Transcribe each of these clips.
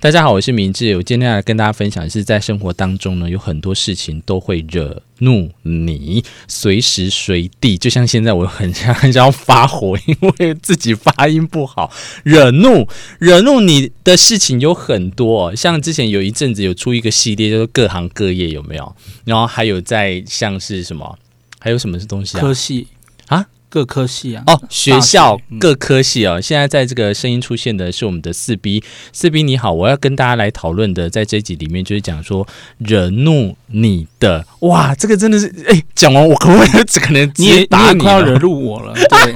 大家好，我是明志。我今天来跟大家分享的是，在生活当中呢，有很多事情都会惹怒你，随时随地。就像现在，我很想很想要发火，因为自己发音不好，惹怒 惹怒你的事情有很多、哦。像之前有一阵子有出一个系列，就是各行各业有没有？然后还有在像是什么，还有什么是东西啊？科系啊，各科系啊。哦，学校大学嗯各科系哦，现在在这个声音出现的是我们的四 B，四 B 你好，我要跟大家来讨论的，在这一集里面就是讲说惹怒你的，哇，这个真的是，哎，讲完我可不可以整个人直你接也打也快要了惹怒我了， 对，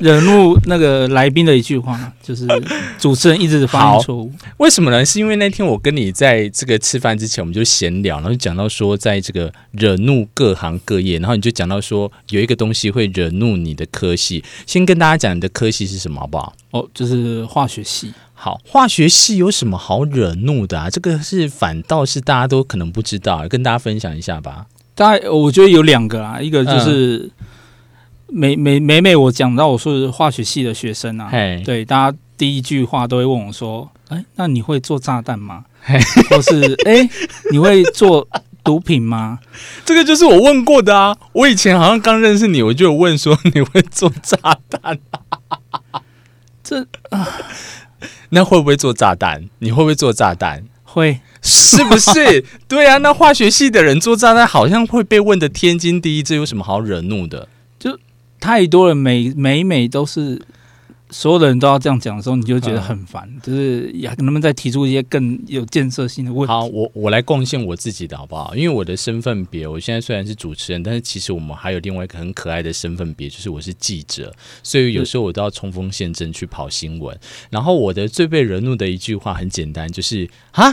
惹怒那个来宾的一句话，就是主持人一直发好音错误。为什么呢？是因为那天我跟你在这个吃饭之前，我们就闲聊，然后就讲到说，在这个惹怒各行各业，然后你就讲到说有一个东西会惹怒你的科系，先跟大家讲你的科系是什么好不好？哦，就是化学系，好，化学系有什么好惹怒的啊？这个是反倒是大家都可能不知道，跟大家分享一下吧。大概我觉得有两个啊啦，一个嗯就是每每每每我讲到我是化学系的学生啊，嘿，对，大家第一句话都会问我说：“哎，那你会做炸弹吗嘿？”或是“哎，你会做毒品吗这个就是我问过的啊。我以前好像刚认识你，我就有问说你会做炸弹，？”啊 这那会不会做炸弹？你会不会做炸弹？会是不 是？对啊，那化学系的人做炸弹好像会被问的天经地义，这有什么好惹怒的？太多了，每每每都是所有的人都要这样讲的时候，你就觉嗯得很烦，就是呀，能不能再提出一些更有建设性的问题？好，我我来贡献我自己的好不好？因为我的身份别，我现在虽然是主持人，但是其实我们还有另外一个很可爱的身份别，就是我是记者，所以有时候我都要冲锋陷阵去跑新闻。然后我的最被惹怒的一句话很简单，就是啊。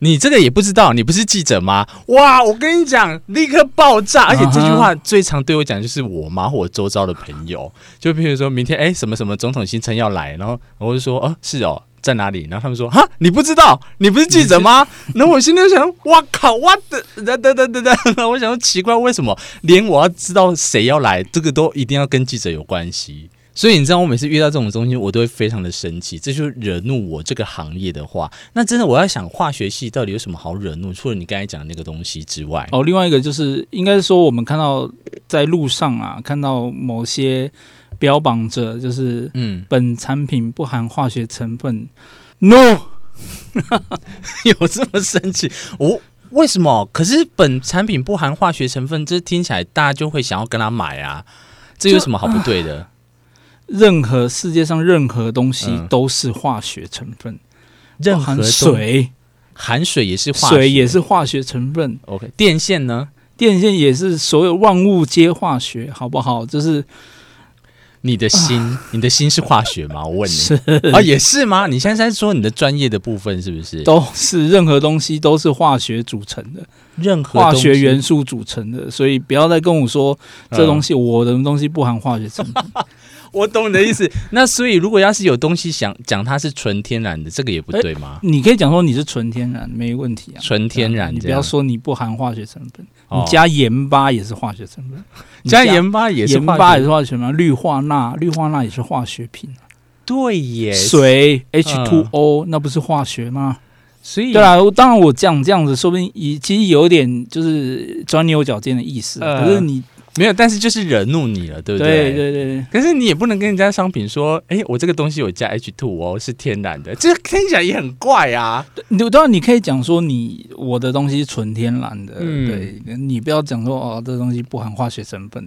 你这个也不知道，你不是记者吗？哇，我跟你讲，立刻爆炸！而且这句话最常对我讲就是我妈或我周遭的朋友，就譬如说明天哎什么什么总统新城要来，然后我就说哦、是哦在哪里？然后他们说哈你不知道，你不是记者吗？然后我心里就想哇靠哇的等等等等等，然后我想说奇怪为什么连我要知道谁要来，这个都一定要跟记者有关系。所以你知道，我每次遇到这种东西，我都会非常的生气，这就是惹怒我这个行业的话，那真的我要想化学系到底有什么好惹怒？除了你刚才讲的那个东西之外，哦，另外一个就是，应该是说我们看到在路上啊，看到某些标榜着就是嗯， 本产品不含化学成分，no，有这么生气？我为什么？可是本产品不含化学成分，这听起来大家就会想要跟他买啊，这有什么好不对啊的？任何世界上任何东西嗯都是化学成分，任包含何东水，含水也是化学，水也是化学成分， OK。电线呢？电线也是所有万物皆化学，好不好？就是你的心，你的心是化学吗？我问你啊是啊，也是吗？你现在在说你的专业的部分是不是？都是任何东西都是化学组成的，任何化东学西元素组成的，所以不要再跟我说这东嗯西我的东西不含化学成 分。我懂你的意思。那所以，如果要是有东西想讲它是纯天然的，这个也不对吗？你可以讲说你是纯天然，没问题啊。纯天然你这不样，要说你不含化学成分，哦你加盐巴也是化学成分，你加盐巴也是盐化巴也学是化学成分，氯化钠氯化钠也是化学品，啊对耶，水 H2O 那不是化学吗？嗯所以对啦，我当然我讲这样子，说不定也其实有点就是钻牛角尖的意思。啊呃可是你没有，但是就是惹怒你了，对不对对？对对，可是你也不能跟人家商品说，哎，我这个东西有加 H two 哦，是天然的，这听起来也很怪啊。对你当然你可以讲说你我的东西是纯天然的，嗯对你不要讲说哦这东西不含化学成分。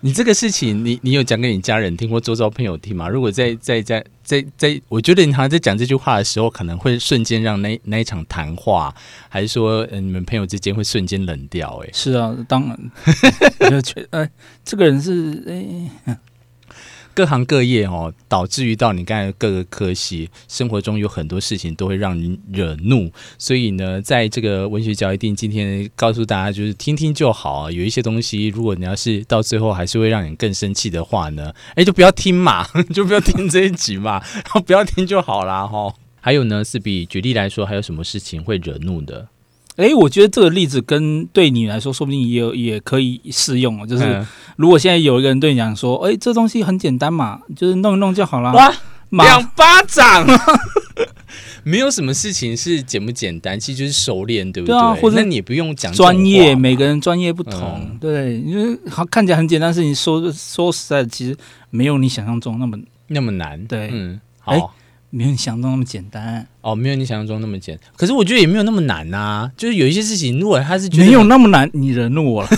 你这个事情，你你有讲给你家人听或周遭朋友听吗？如果在在在在在，我觉得你好像在讲这句话的时候，可能会瞬间让那那一场谈话，还是说、呃你们朋友之间会瞬间冷掉、哎。是啊，当然，我就觉得哎，这个人是哎，各行各业哦，导致于到你刚才各个科系，生活中有很多事情都会让你惹怒，所以呢，在这个文学角一定今天告诉大家，就是听听就好、啊。有一些东西，如果你要是到最后还是会让你更生气的话呢， 哎，就不要听嘛， 就不要听这一集嘛，然后不要听就好啦哈、哦。还有呢，四比举例来说，还有什么事情会惹怒的？哎，我觉得这个例子跟对你来说，说不定也有也可以适用哦。嗯就是如果现在有一个人对你讲说：“哎，这东西很简单嘛，就是弄一弄就好了。”哇，两巴掌！ 没有什么事情是简不简单，其实就是熟练，对不对？对啊，或者你不用讲专业，每个人专业不同，嗯、对，因为好看起来很简单的事情，说说实在，其实没有你想象中那么那么难。对，哎嗯，好。没有你想象中那么简单哦，没有你想象中那么简单。可是我觉得也没有那么难呐、啊，就是有一些事情，如果他是觉得没有那么难，你惹怒我了。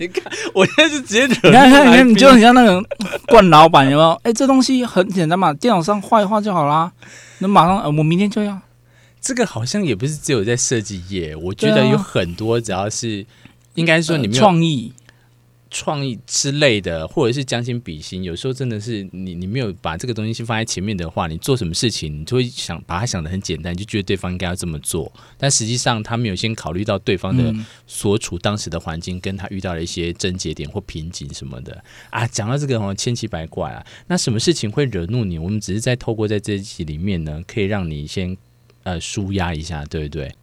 你看， 我现在是直接 惹怒。你看，你看，你就很像那种惯老板，有没有？哎、欸，这东西很简单嘛，电脑上画一画就好啦。那马上、呃，我明天就要。这个好像也不是只有在设计业，我觉啊得有很多，只要是、啊、应该说你创、呃、意。创意之类的，或者是将心比心，有时候真的是你你没有把这个东西放在前面的话，你做什么事情，你就会想把它想的很简单，就觉得对方应该要这么做，但实际上他没有先考虑到哦对方嗯的所处当时的环境，跟他遇到的一些症结点或瓶颈什么的啊。讲到这个哦，千奇百怪啊，那什么事情会惹怒你？我们只是在透过在这一集里面呢，可以让你先呃舒压一下，对不对？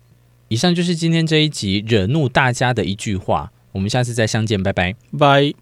以上就是今天这一集惹怒大家的一句话。我们下次再相见，拜拜，拜。